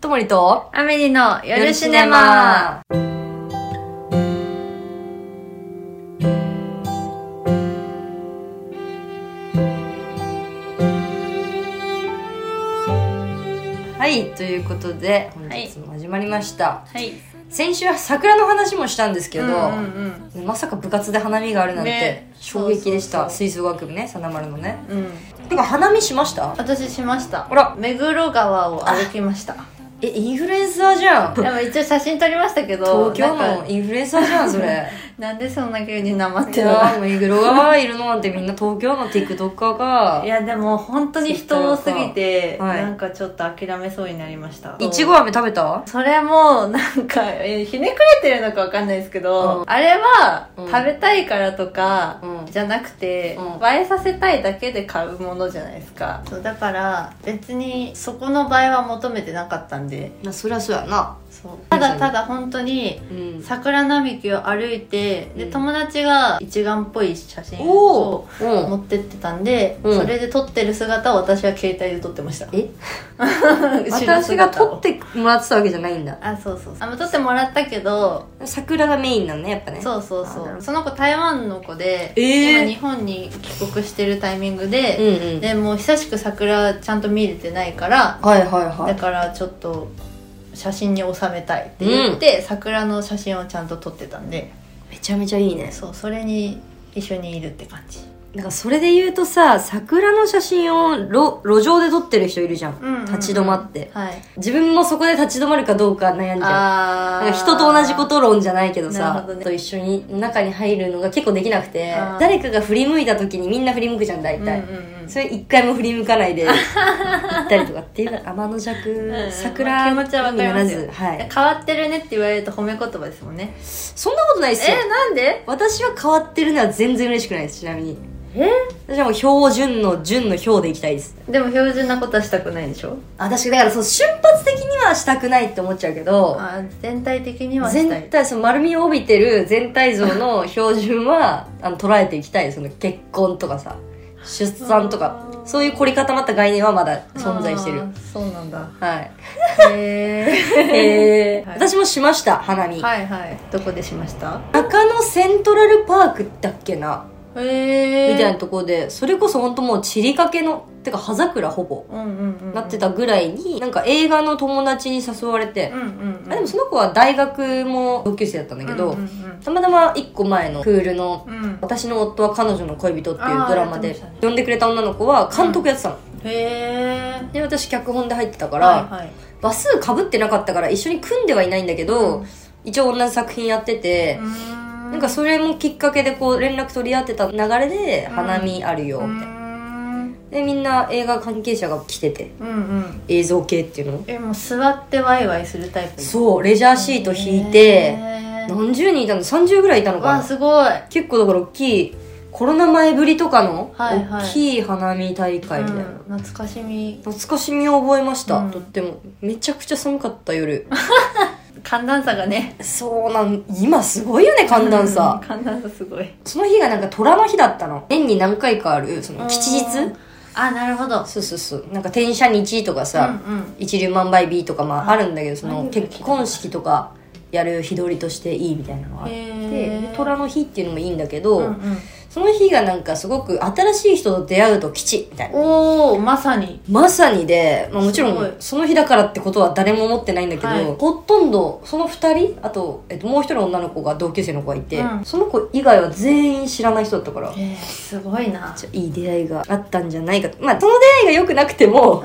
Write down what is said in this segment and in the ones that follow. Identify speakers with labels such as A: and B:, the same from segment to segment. A: ともりと、
B: アメリの夜シネマ。
A: はい、ということで、本
B: はい
A: 日も始まりました。
B: はい。
A: 先週は桜の話もしたんですけど、
B: うんうん
A: まさか部活で花見があるなんて、
B: ね
A: 衝撃でした。
B: そうそうそう
A: 吹奏楽部ね、さなまるのね。
B: うん。うん。
A: てか、花見しました
B: 私しました。
A: あら
B: 目黒川を歩きました。
A: え、インフルエンサーじゃ ん。
B: でも一応写真撮りましたけど、
A: 東京
B: なん
A: の
B: か
A: インフルエンサーじゃん、それ。
B: なんでそんな急になまっ
A: い
B: てるの
A: やー、目黒がいるのなんてみんな東京の TikToker
B: い
A: が、
B: や、でも本当に人多すぎて、
A: はい
B: なんかちょっと諦めそうになりました。
A: いちご飴食べた
B: それも、なんか、えーひねくれてるのかわかんないですけど、
A: うん
B: あれは、
A: うん
B: 食べたいからとか、
A: うん
B: じゃなくて、
A: うん
B: 映えさせたいだけで買うものじゃないですか。そう、だから、別に、そこの場合は求めてなかったんで、
A: まあ、そりゃそうやな。
B: そう。ただただ本当に、
A: うん。
B: 桜並木を歩いて、
A: う
B: で、
A: ん
B: 友達が一眼っぽい写真
A: お
B: を
A: お、う
B: 持
A: ん、
B: ってってたんで、
A: うん
B: それで撮ってる姿を私は携帯で撮ってま した。
A: え
B: 後ろ姿を
A: 私が撮ってもらってたわけじゃないんだ
B: あ、そうそうそう。あ、もう撮ってもらったけど、
A: 桜がメインなんねやっぱね
B: そうそ
A: あ
B: う
A: なる
B: そ
A: ほ
B: う
A: ど
B: その子台湾の子で、
A: えー
B: 今日本に帰国してるタイミング
A: う
B: で、
A: んうん
B: でもう久しく桜ちゃんと見れてないから
A: はいはい
B: だ
A: は
B: からちょっと写真に収めたいって言って、桜の写真をちゃんと撮ってたんで
A: いめちゃめちゃいいね
B: そうそれに一緒にいるって感じ
A: だからそれで言うとさ桜の写真を路路上で撮ってる人いるじゃん,、
B: うんうんうん
A: 立ち止まって
B: はい
A: 自分もそこで立ち止まるかどうか悩んじゃう
B: あ
A: なんか人と同じこと論じゃないけど
B: なる
A: さ
B: ほどね
A: と一緒に中に入るのが結構できなくて
B: あー
A: 誰かが振り向いた時にみんな振り向くじゃん大
B: うんうんう
A: 体、
B: ん
A: それ一回も振り向か ないで行ったりとかっていうのが天の弱、
B: うん
A: 桜
B: まあ気持ちはわかりますよ
A: にならずはい
B: 変わってるねって言われると褒め言葉ですもんね
A: そんなことないですよ
B: えなんで
A: 私は変わってるのは全然嬉しくないですちなみに
B: え
A: 私はもう標準の準の標でいきたいです
B: でも標準なことはしたくないでしょ
A: 私だからそう瞬発的にはしたくないって思っちゃうけど
B: あ全体的にはし
A: 全体その丸みを帯びてる全体像の標準はあの捉えていきたいその結婚とかさ出産とか
B: あー
A: そういう凝り固まった概念はまだ存在してる
B: あーそうなんだ
A: はい
B: へ
A: えー
B: はい
A: 私もしました花見、
B: え はいはいどこでしました
A: 中野セントラルパークだっけな、
B: へえ
A: みたいなとこでそれこそ本当もう散りかけのてか葉桜ほぼ
B: うんうんうん
A: なってたぐらいになんか映画の友達に誘われて
B: うん、うん、うん、
A: あでもその子は大学も同級生だったんだけど、
B: うんうんうん
A: たまたま1個前のクールの
B: うん
A: 「私の夫は彼女の恋人」っていうドラマ
B: あーやっ
A: で
B: てましたね
A: 呼んでくれた女の子は監督やってたの、
B: へえ
A: で私脚本で入ってたから、
B: はいはい
A: 話数かぶってなかったから一緒に組んではいないんだけど、
B: うん
A: 一応同じ作品やってて、
B: な
A: なんかそれもきっかけでこう連絡取り合ってた流れで「
B: うん
A: 花見あるよ」
B: うー
A: みたいな。
B: ん
A: でみんな映画関係者が来てて
B: うんうん
A: 映像系っていうの
B: えもう座ってワイワイするタイプ
A: そうレジャーシート引い
B: へ
A: て
B: ー
A: 何十人いたの30ぐらいいたのか
B: わあ
A: な
B: すごい
A: 結構だから大きいコロナ前ぶりとかの
B: はいはい
A: 大きい花見大会みたいな、
B: うん、懐かしみ
A: 懐かしみを覚えました、
B: うん
A: とってもめちゃくちゃ寒かった夜
B: 寒暖差がね
A: そうなん今すごいよね寒暖差
B: うん 寒暖差すごい
A: その日がなんか虎の日だったの年に何回かあるその吉日
B: うんあなるほど
A: そうそうそうなんか転写日とかさ、
B: うんうん
A: 一粒万倍日とかまああるんだけどその
B: 何
A: 結婚式とかやる日取りとしていいみたいなのがあって
B: へー
A: で虎の日っていうのもいいんだけど、
B: うんうん
A: その日がなんかすごく新しい人と出会うと吉みたいな
B: おおまさに
A: まさにで、まあ、もちろ
B: すごい
A: んその日だからってことは誰も思ってないんだけど、
B: はい
A: ほとんどその2人あと、えっと、もう一人女の子が同級生の子がいて、
B: うん
A: その子以外は全員知らない人だったから。
B: えー、すごいな
A: ちょいい出会いがあったんじゃないかとまあその出会いが良くなくても、
B: うんうん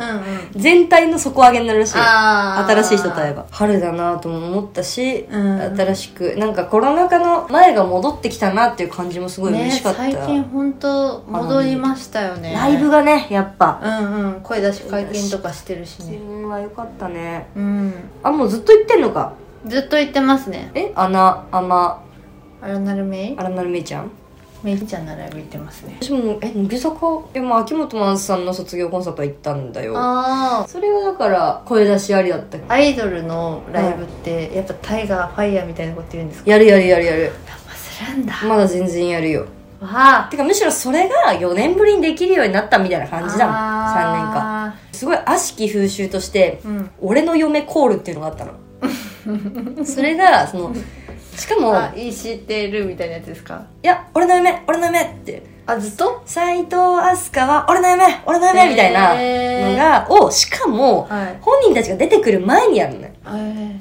A: 全体の底上げになるらしいよ
B: あー
A: 新しい人と会えば春だなとも思ったし、
B: うん
A: 新しくなんかコロナ禍の前が戻ってきたなっていう感じもすごい
B: ね
A: 嬉しかった、
B: 最近本当戻りましたよね
A: ライブがねやっぱ
B: うんうん声出し解禁とかしてるし
A: 自
B: ね
A: 分は良かったね
B: うん
A: あもうずっと言ってんのか
B: ずっと言ってますね
A: えアナアマ
B: あらなるめい
A: アラナルメイちゃん
B: めいちゃんのライブ行ってますね
A: 私もえ乃木坂えまあ秋元真夏さんの卒業コンサートは行ったんだよ
B: あ
A: それはだから声出しありだった
B: あアイドルのライブってやっぱタイガーファイヤーみたいなこと言うんですか
A: やるやるやるやる
B: やっぱするんだ
A: まだ全然やるよ
B: わあ
A: てかむしろそれが4年ぶりにできるようになったみたいな感じだもん3年間
B: 間
A: すごい悪しき風習として
B: うん
A: 俺の嫁コールっていうのがあった のそれがそのしかも
B: あいい知ってるみたいなやつですか
A: 「いや俺の嫁俺の嫁」って
B: あずっと
A: 斎藤飛鳥は「俺の嫁俺の嫁」みたいなの
B: な
A: がをしかも
B: はい
A: 本人たちが出てくる前にやるのよ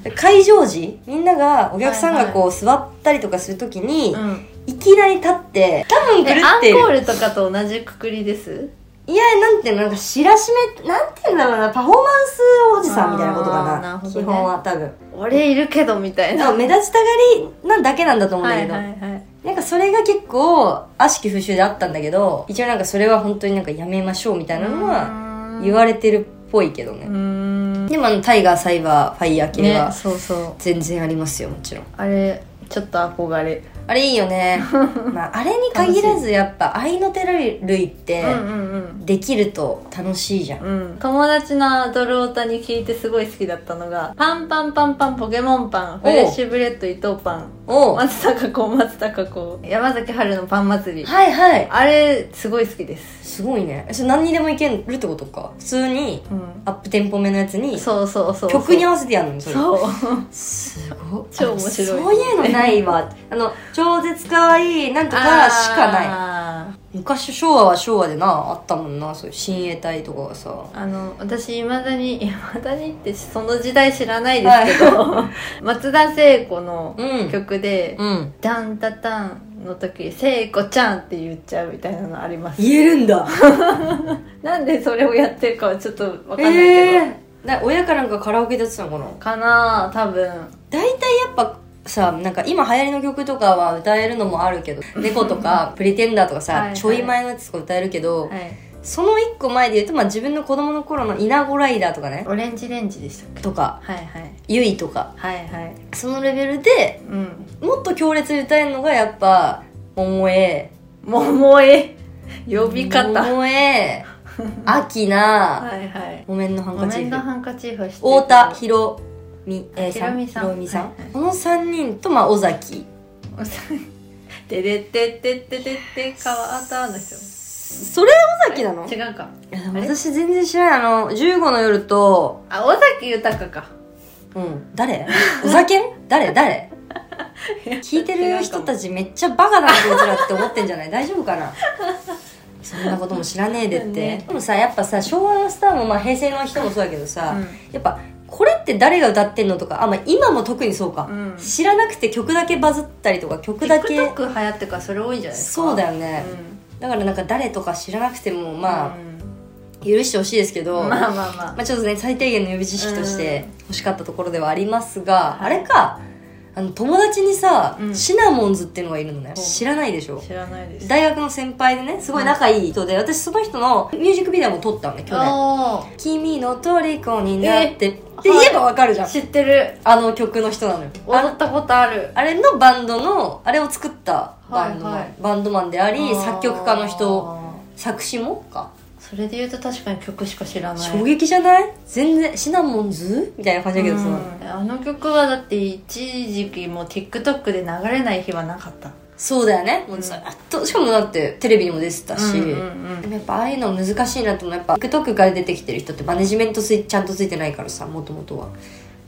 B: え
A: 会場時みんながお客さん
B: は
A: が
B: いはい
A: こう座ったりとかするときに、
B: ーうん
A: いきなり立って多分狂
B: えア
A: っ
B: ン
A: てる
B: コールとかと同じくくりです
A: いやなんていうのなんか知らしめなんていうんだろうなパフォーマンスおじさんみたいなことか
B: あ
A: な
B: ーなるほどね
A: 基本は多分
B: 俺いるけどみたい
A: で
B: な
A: も目立ちたがりなんだけなんだと思うんだけど、
B: いはい
A: なんかそれが結構悪しき風習であったんだけど一応なんかそれは本当になんかやめましょうみたいなのは言われてるっぽいけど
B: う
A: ね、
B: ーん
A: でもあのタイガーサイバーファイヤー系
B: ね
A: は
B: そうそう
A: 全然ありますよもちろん
B: あれちょっと憧れ
A: あれいいよ ね、まあ、あれに限らずやっぱ愛の手類って
B: うんうん
A: できると楽しいじゃん、
B: うん、友達のドルオタに聞いてすごい好きだったのが「パンパンパンパンポケモンパンフレッシュブレッド伊藤パン
A: おうは
B: 松たか子松たか子山崎春のパン祭り」
A: いはい
B: あれすごい好きです、
A: すごいねそれ何にでもいけるってことか普通に
B: うん、
A: アップテンポめのやつに
B: そうそうそう
A: 曲に合わせてやるのそれ
B: そう
A: すごい
B: 超面白い
A: そういうのないわあの超絶可愛いなんとかしかない
B: あー
A: 昔昭和は昭和でなあったもんなそういう親衛隊とかがさ
B: あの私いまだにいまだにってその時代知らないですけど、松田聖子の
A: うん
B: 曲で
A: うん
B: 「ダンタタン」の時「聖子ちゃん」って言っちゃうみたいなのあります
A: 言えるんだ
B: なんでそれをやってるかはちょっとわかんないけど、
A: ええだ親かなんかカラオケでやってたのかな
B: かなあ多分
A: 大体やっぱさなんか今流行りの曲とかは歌えるのもあるけ ど「猫」とか「プリテンダー」とかさ
B: はいはい
A: ちょい前のやつとか歌えるけど、
B: はい
A: その一個前で言うと、まあ、自分の子供の頃の「イナゴライダー」とかね
B: オレンジレンジでしたっけ
A: とか
B: はいはい
A: 「ユイ」とか
B: はいはい
A: そのレベルで
B: うん
A: もっと強烈に歌えるのがやっぱ「桃江」
B: 桃江呼び方は
A: 桃 江」「秋菜」
B: いは
A: 「
B: い
A: 木綿のハン
B: 木
A: カチ
B: 綿の
A: ーフ」
B: ハンカチーフは知ってる
A: 太田ひろみえー
B: ひろみさん
A: ひろみさん
B: はいはい
A: この3人と、まあ、尾崎
B: てれってってってってって川たの人
A: それ尾崎なの
B: 違うか
A: いやでも
B: あれ
A: 私全然知らないあの15の夜と
B: あ尾崎豊か
A: うん誰お酒誰誰聞いてる人たちめっちゃバカだなこいつらって思ってんじゃない大丈夫かなそんなことも知らねえでって、
B: ね
A: でもさやっぱさ昭和のスターも、まあ、平成の人もそうだけどさ、
B: うん
A: やっぱこれって誰が歌ってんのとかあ、まあ、今も特にそうか、
B: うん
A: 知らなくて曲だけバズったりとか曲だけ
B: TikTok 流行ってからそれ多いんじゃないですか
A: そうだ
B: よ
A: よね、だからなんか誰とか知らなくてもまあ
B: う、ん
A: 許してほしいですけど、
B: まあまあまあ
A: まあ、ちょっとね最低限の予備知識として欲しかったところではありますが、あれかあの友達にさ、
B: うん
A: シナモンズっていうのがいるのね
B: ほう
A: 知らないでしょ
B: 知らないです
A: 大学の先輩でねすごい仲いい人で、私その人のミュージックビデオも撮ったのね去年
B: お
A: 「君の虜になって」って
B: え
A: 言えばわかるじゃん、
B: ー知ってる
A: あの曲の人なのよあ
B: 踊ったことある
A: あれのバンドのあれを作ったバンドマン、
B: はいはい
A: バンドマンであり
B: あー
A: 作曲家の人作詞もか
B: それで言うと確かに曲しか知らない
A: 衝撃じゃない全然シナモンズみたいな感じだけどさ、
B: うんあの曲はだって一時期もう TikTok で流れない日はなかった
A: そうだよねもうずっと、しかもだってテレビにも出てたし、
B: うんうん
A: でもやっぱああいうの難しいなと思うやっぱ TikTok から出てきてる人ってマネジメントついちゃんとついてないからさもともとは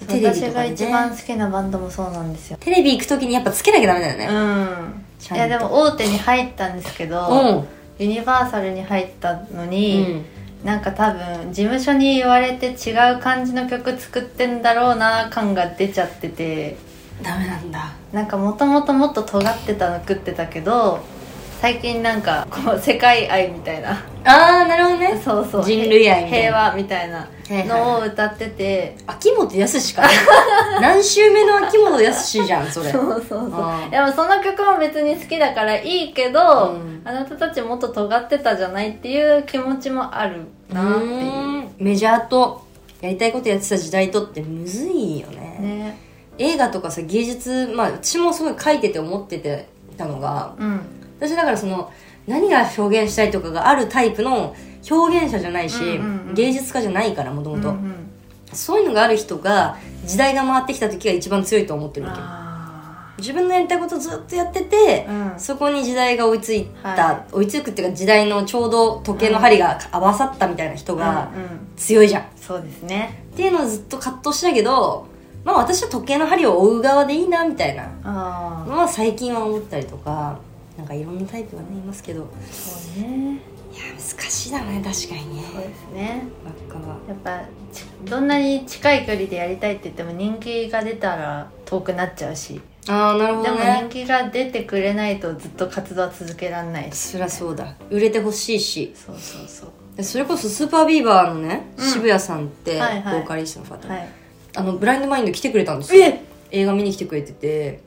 B: うん、
A: テレビ
B: 私
A: とか
B: が
A: で
B: 一番
A: ね
B: 好きなバンドもそうなんですよ
A: テレビ行く時にやっぱつけなきゃダメだよ
B: う
A: ね、
B: ん
A: ち
B: い
A: ゃんと
B: やでも大手に入ったんですけど、
A: うん
B: ユニバーサルに入ったの
A: う
B: に、
A: ん
B: なんか多分事務所に言われて違う感じの曲作ってんだろうな感が出ちゃってて
A: ダメなんだ
B: なんかもともともっと尖ってたの食ってたけど最近なんかこう世界愛みたい な
A: ああなるほどね
B: そうそう
A: 人類愛みたいな
B: 平和みたいなのを歌ってて、
A: 秋元康 か何週目の秋元康じゃんそれ
B: そうそうそう
A: あー
B: でもその曲も別に好きだからいいけど、
A: うん
B: あなたたちもっと尖ってたじゃないっていう気持ちもあるなっていう
A: うんメジャーとやりたいことやってた時代とってむずいよね
B: ね
A: 映画とかさ芸術まあ私もすごい書いてて思っててたのが
B: うん
A: 私だからその何が表現したいとかがあるタイプの表現者じゃないし、
B: うんうんうん
A: 芸術家じゃないからもとも
B: う
A: と
B: んうん
A: そういうのがある人が時代が回ってきた時が一番強いと思ってるわけ
B: あ
A: 自分のやりたいことずっとやってて、
B: うん
A: そこに時代が追いついた、
B: は
A: 追いつくっていうか時代のちょうど時計の針が合わさったみたいな人が
B: うんうん
A: 強いじゃん、っ
B: そうですね
A: ていうのをずっと葛藤したけどまあ私は時計の針を追う側でいいなみたいな
B: ああ
A: のは最近は思ったりとかなんかいろんなタイプがねいますけどい
B: そうね
A: や難しいだね確かにね
B: そうですね
A: 輪っかは
B: やっぱちどんなに近い距離でやりたいって言っても人気が出たら遠くなっちゃうし
A: ああなるほ
B: で
A: ど
B: も
A: ね
B: 人気が出てくれないとずっと活動は続けられないし
A: そりゃそうだ売れてほしいし
B: そうそうそう
A: でそれこそスーパービーバーのね、
B: うん
A: 渋谷さんって、
B: はいは
A: ボ
B: い
A: ーカリストの方、
B: はい
A: あのブラインドマインド来てくれたんですよ
B: え
A: 映画見に来てくれてて
B: え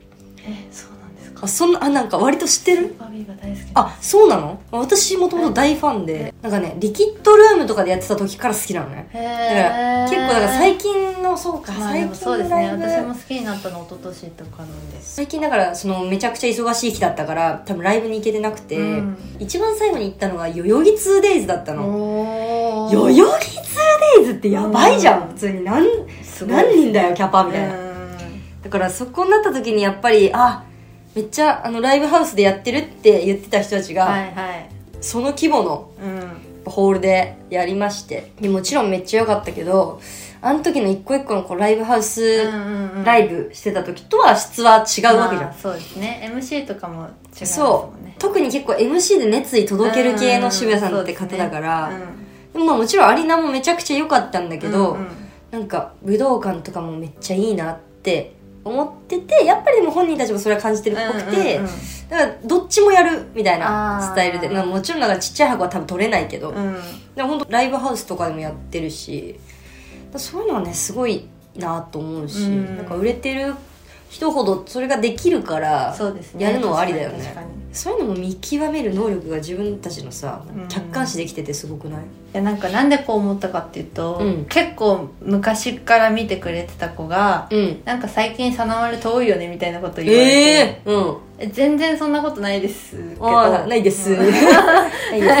B: そうなんですか
A: あそんなあなんか割と知ってる
B: バビーが大好き
A: あそうなの私もともと大ファンでなんかねリキッドルームとかでやってた時から好きなのね
B: へ
A: だから
B: え
A: 結構だから最近のそうか、
B: まあで
A: 最
B: も
A: 近
B: そう
A: の
B: ですね
A: ライブ、
B: 私も好きになったの一昨年とかなんです
A: 最近だからそのめちゃくちゃ忙しい日だったから多分ライブに行けてなくて、
B: うん
A: 一番最後に行ったのが代々木 2days だったの
B: お
A: 代々木 2days ってやばいじゃん、
B: うん
A: 普通に何
B: すごい
A: 何人だよキャパみたいな、
B: うん
A: だからそこになった時にやっぱりあめっちゃあのライブハウスでやってるって言ってた人たちが、
B: はいはい
A: その規模の
B: うん
A: ホールでやりましてでもちろんめっちゃ良かったけどあの時の一個一個のこうライブハウスライブしてた時とは質は違うわけじゃん、
B: まあそうですね MC とかも違います
A: そ
B: もん
A: う
B: ね
A: 特に結構 MC で熱意届ける系の渋谷さんって
B: うんうん
A: 方だから、
B: そうですね
A: でもまあもちろんアリーナもめちゃくちゃ良かったんだけど、
B: うんうん
A: なんか武道館とかもめっちゃいいなって思っててやっぱりでも本人たちもそれは感じてるっぽくて、
B: うんうんうん
A: だからどっちもやるみたいな
B: あー
A: スタイルでまあもちろんなんかちっちゃい箱は多分取れないけど、
B: うん
A: でも本当ライブハウスとかでもやってるしだからそういうのはねすごいなと思うし、
B: うん
A: なんか売れてる人ほどそれができるから
B: そうですね
A: やるのはありだよね
B: 確かに確かに
A: そういうのも見極める能力が自分たちのさ
B: うん
A: 客観視できててすごくない、
B: いやなんかなんでこう思ったかっていうと、
A: うん
B: 結構昔から見てくれてた子が、
A: うん
B: なんか最近サナマル遠いよねみたいなこと言われて、
A: ええうん
B: え全然そんなことないですけ
A: あ
B: ど
A: あないです、
B: うん
A: ないで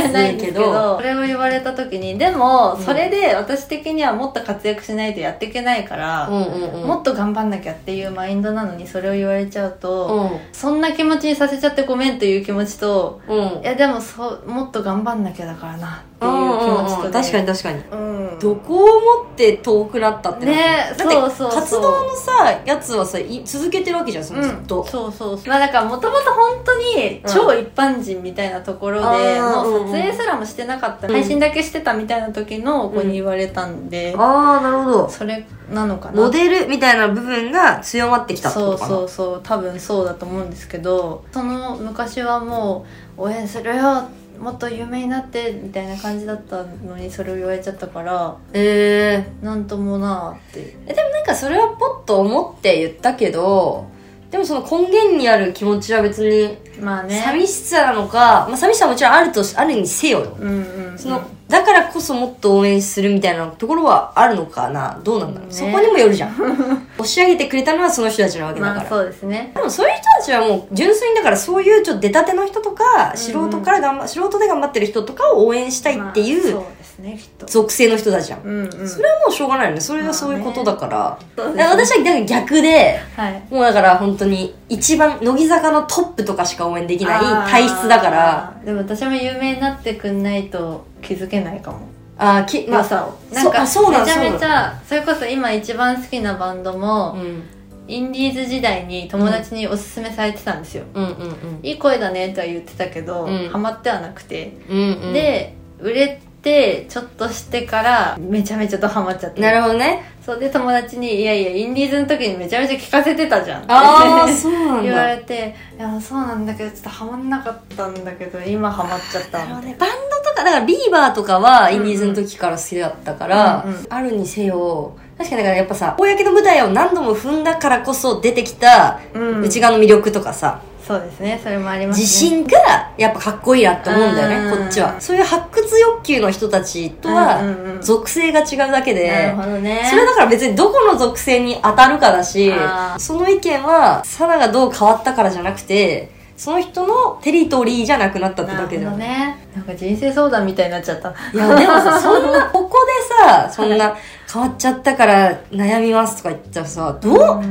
A: す
B: ないんです
A: け
B: けど
A: ど
B: それを言われた時にでも
A: うん
B: それで私的にはもっと活躍しないとやっていけないから、
A: うんうんうん
B: もっと頑張んなきゃっていうマインドなのにそれを言われちゃうと、
A: うん
B: そんな気持ちにさせちゃってごめんという気持ちと
A: うん
B: いやでもそうもっと頑張んなきゃだからなっていう気持ちと、
A: うんうんうん確かに、確かに
B: うん、
A: どこを持って遠くなったってなる
B: ね
A: だって
B: そうそうそう
A: 活動のさやつはさい続けてるわけじゃんそのずっと、
B: うん、そうそうそうまあだからもともと本当に超一般人みたいなところ
A: うんあ
B: で、
A: ー
B: もう撮影すらもしてなかった、
A: うん
B: 配信だけしてたみたいな時の子に言われたんで、
A: ああなるほど
B: それなのかな
A: モデルみたいな部分が強まってきたってこ
B: そう
A: とかな
B: そうそう多分そうだと思うんですけどその昔はもう応援するよもっと有名になってみたいな感じだったのにそれを言われちゃったから
A: えー
B: なんともなあって
A: えでもなんかそれはポッと思って言ったけどでもその根源にある気持ちは別に
B: まあね
A: 寂しさなのか、まあ、寂しさはもちろんあるとしあるにせよよ
B: うんうんうん
A: そのだからこそもっと応援するみたいなところはあるのかなどうなんだろう、
B: ね
A: そこにもよるじゃん押し上げてくれたのはその人たちなわけだから、
B: まあそうですね
A: でもそういう人たちはもう純粋にだからそういうちょっと出たての人とか素人から頑張、素人で頑張ってる人とかを応援したいってい
B: まあ
A: う
B: そうですねきっと
A: 属性の人たちじゃん、
B: うんうん
A: それはもうしょうがないよねそれはそういうことだから,、
B: まあね
A: だから私はだから逆で
B: はい
A: もうだから本当に一番乃木坂のトップとかしか応援できない体質だから
B: あーでも私も有名になってくんないと気づけないかも
A: あーきま
B: 良
A: あ
B: さをなんか
A: あそうなん
B: めちゃめ
A: そう
B: ちゃそれこそ今一番好きなバンドも、
A: うん
B: インディーズ時代に友達におすすめされてたんですよ、
A: うんうんうん
B: いい声だねとは言ってたけど、
A: うん
B: ハマってはなくて、
A: うんうん
B: で売れてちょっとしてからめちゃめちゃとハマっちゃって
A: なるほどね
B: そうで友達に「いやいやインディーズの時にめちゃめちゃ聞かせてたじゃん」っ て
A: ああそうなん
B: 言わ
A: だ
B: れて「いやそうなんだけどちょっとハマんなかったんだけど今ハマっちゃった」
A: な
B: みたい
A: る
B: な
A: ほどねバンドとかだからビーバーとかはインディーズの時から好きだったから、
B: うんうん
A: あるにせよ確かにだからやっぱさ公の舞台を何度も踏んだからこそ出てきた
B: うん
A: 内側の魅力とかさ、
B: そうですねそれもありますね
A: 自信がやっぱかっこいいなって思うんだよね、
B: うん
A: こっちはそういう発掘欲求の人たちと
B: うん
A: は
B: うんうん
A: 属性が違うだけで、
B: なるほどね
A: それはだから別にどこの属性に当たるかだし
B: あー
A: その意見はサラがどう変わったからじゃなくてその人のテリトリーじゃなくなったって
B: な
A: だけ
B: る
A: だ
B: ほ
A: よ
B: どねなんか人生相談みたいになっちゃった
A: いやでもさそんなここでさそんな変わっちゃったから悩みますとか言ったらさどうどう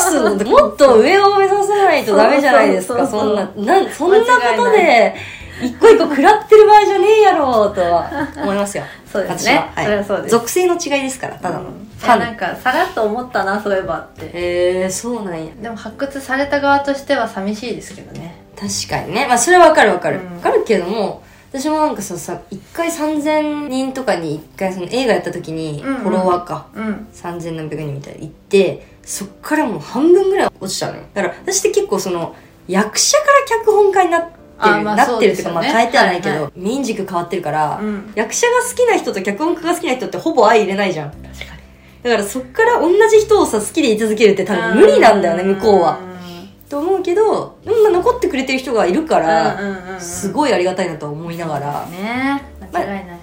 A: すんのってもっと上を目指さないとダメじゃないですか
B: そ
A: そ
B: うそ
A: ん
B: う
A: な
B: そう
A: なんそんなこと
B: 間違い
A: で一個一個食らってる場合じゃねえやろうとは思いますよ
B: そうですね
A: 私は
B: それはそうです
A: 属性の違いですからただの、
B: うん
A: フ
B: いや
A: ァン
B: なんかさらっと思ったなそういえばって
A: へえそうなんや
B: でも発掘された側としては寂しいですけどね
A: 確かにねまあそれはわかるわかるわ
B: う、ん
A: かるけども私もなんかささ一回3000人とかに一回その映画やった時に
B: うんうん
A: フォロワーか、
B: うん
A: 3000何百人みたいに行ってそっからもう半分ぐらい落ちたのよだから私って結構その役者から脚本家になって
B: あ
A: る、
B: まあ
A: なってるっていうか
B: そ
A: まあ
B: うですよね
A: 変えてはないけど、
B: はい
A: メイン軸変わってるから、
B: うん
A: 役者が好きな人と脚本家が好きな人ってほぼ相入れないじゃん
B: 確かに
A: だからそっから同じ人をさ好きでい続けるって多分無理なんだよね向こうはと思うけどでもまあ残ってくれてる人がいるから、す
B: い
A: ごいありがたいなとは思いながら、
B: ね間違いない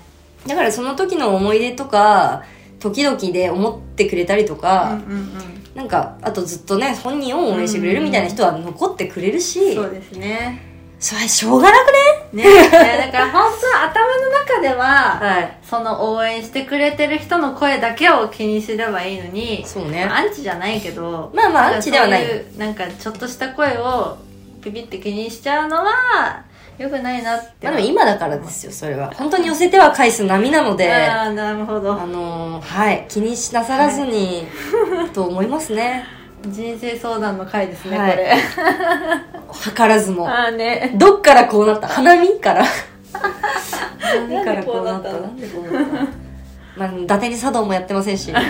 A: だからその時の思い出とか時々で思ってくれたりとか、
B: うんうん
A: なんかあとずっとね本人を応援してくれるみたいな人は残ってくれる
B: う
A: し、
B: んそうですね
A: それしょうがなくね
B: ねいやだから本当は頭の中では
A: はい
B: その応援してくれてる人の声だけを気にすればいいのに
A: そうね
B: アンチじゃないけど
A: まあまあ
B: んか
A: アンチではない
B: そううなんかちょっとした声をピピって気にしちゃうのはよくないなって
A: まあでも今だからですよそれは本当に寄せては返す波なので
B: あ
A: あ
B: あなるほど
A: のーはい気にしなさらずに、と思います ね
B: 人生相談の回ですね、
A: はい
B: こ れ
A: 図らずも
B: ああね
A: どっからこうなった花見から花見からこうなった
B: な
A: なんでこうなったまあ、伊達に茶道もやってませんし
B: ちょっと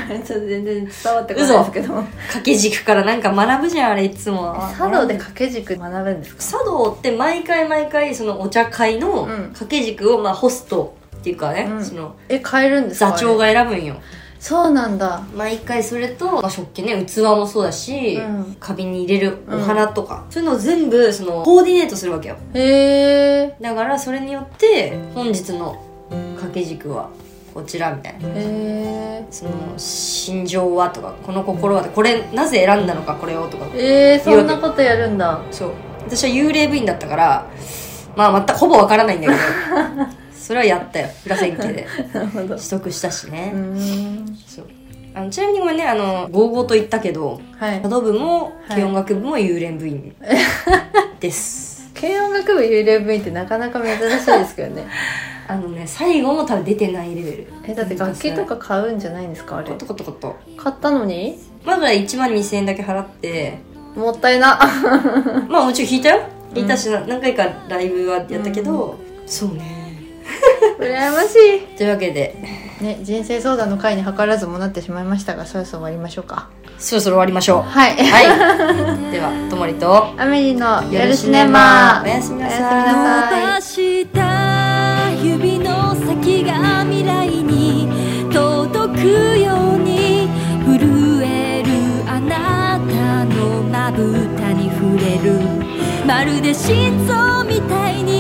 B: 全然伝わってこないですけど
A: 掛け軸からなんか学ぶじゃんあれいつも
B: 茶道で掛け軸学ぶんですか
A: 茶道って毎回毎回そのお茶会の
B: ん
A: 掛け軸をまあホストっていうかね、
B: うん
A: その
B: え変えるんですか
A: 座長が選ぶんよ
B: あれそうなんだ
A: 毎回それと、まあ、食器ね器もそうだし、
B: うん
A: 花瓶に入れるお花とか、そういうのを全部そのコーディネートするわけよ
B: へえ
A: だからそれによって本日の掛け軸はこちらみたいな
B: へえ
A: その心情はとかこの心はとかこれなぜ選んだのかこれをとか
B: えー、そんなことやるんだ
A: そう私は幽霊部員だったからまあ全くほぼわからないんだけど それはやったよ裏千家で
B: なるほどう
A: 取得したしね、
B: ーん
A: そうあのちなみにごめんねあのゴーゴーと言ったけど
B: はい
A: 茶道部も
B: はい
A: 軽音楽部も幽霊部 員です、
B: 軽音楽部幽霊部員ってなかなか珍しいですけどね
A: あのね最後も多分出てないレベル
B: えだって楽器とか買うんじゃないんですかあれ
A: コトコトコト
B: 買ったのに
A: まずは1万2000円だけ払って
B: もったいな
A: まあもちろん弾いたよ弾いたし、な何回かライブはやったけど、そうね
B: 羨ましい
A: というわけで
B: ね、人生相談の回に図らずもなってしまいましたがそろそろ終わりましょうか
A: そろそろ終わりまし ょう
B: はい
A: はい。では、ともりと、
B: アメリの夜シネマ
A: おやすみ
B: おや
A: な
B: すみ
A: さい。
B: なさい
C: 伸ばした指の先が未来に届くように震えるあなたのまぶたに触れるまるで心臓みたいに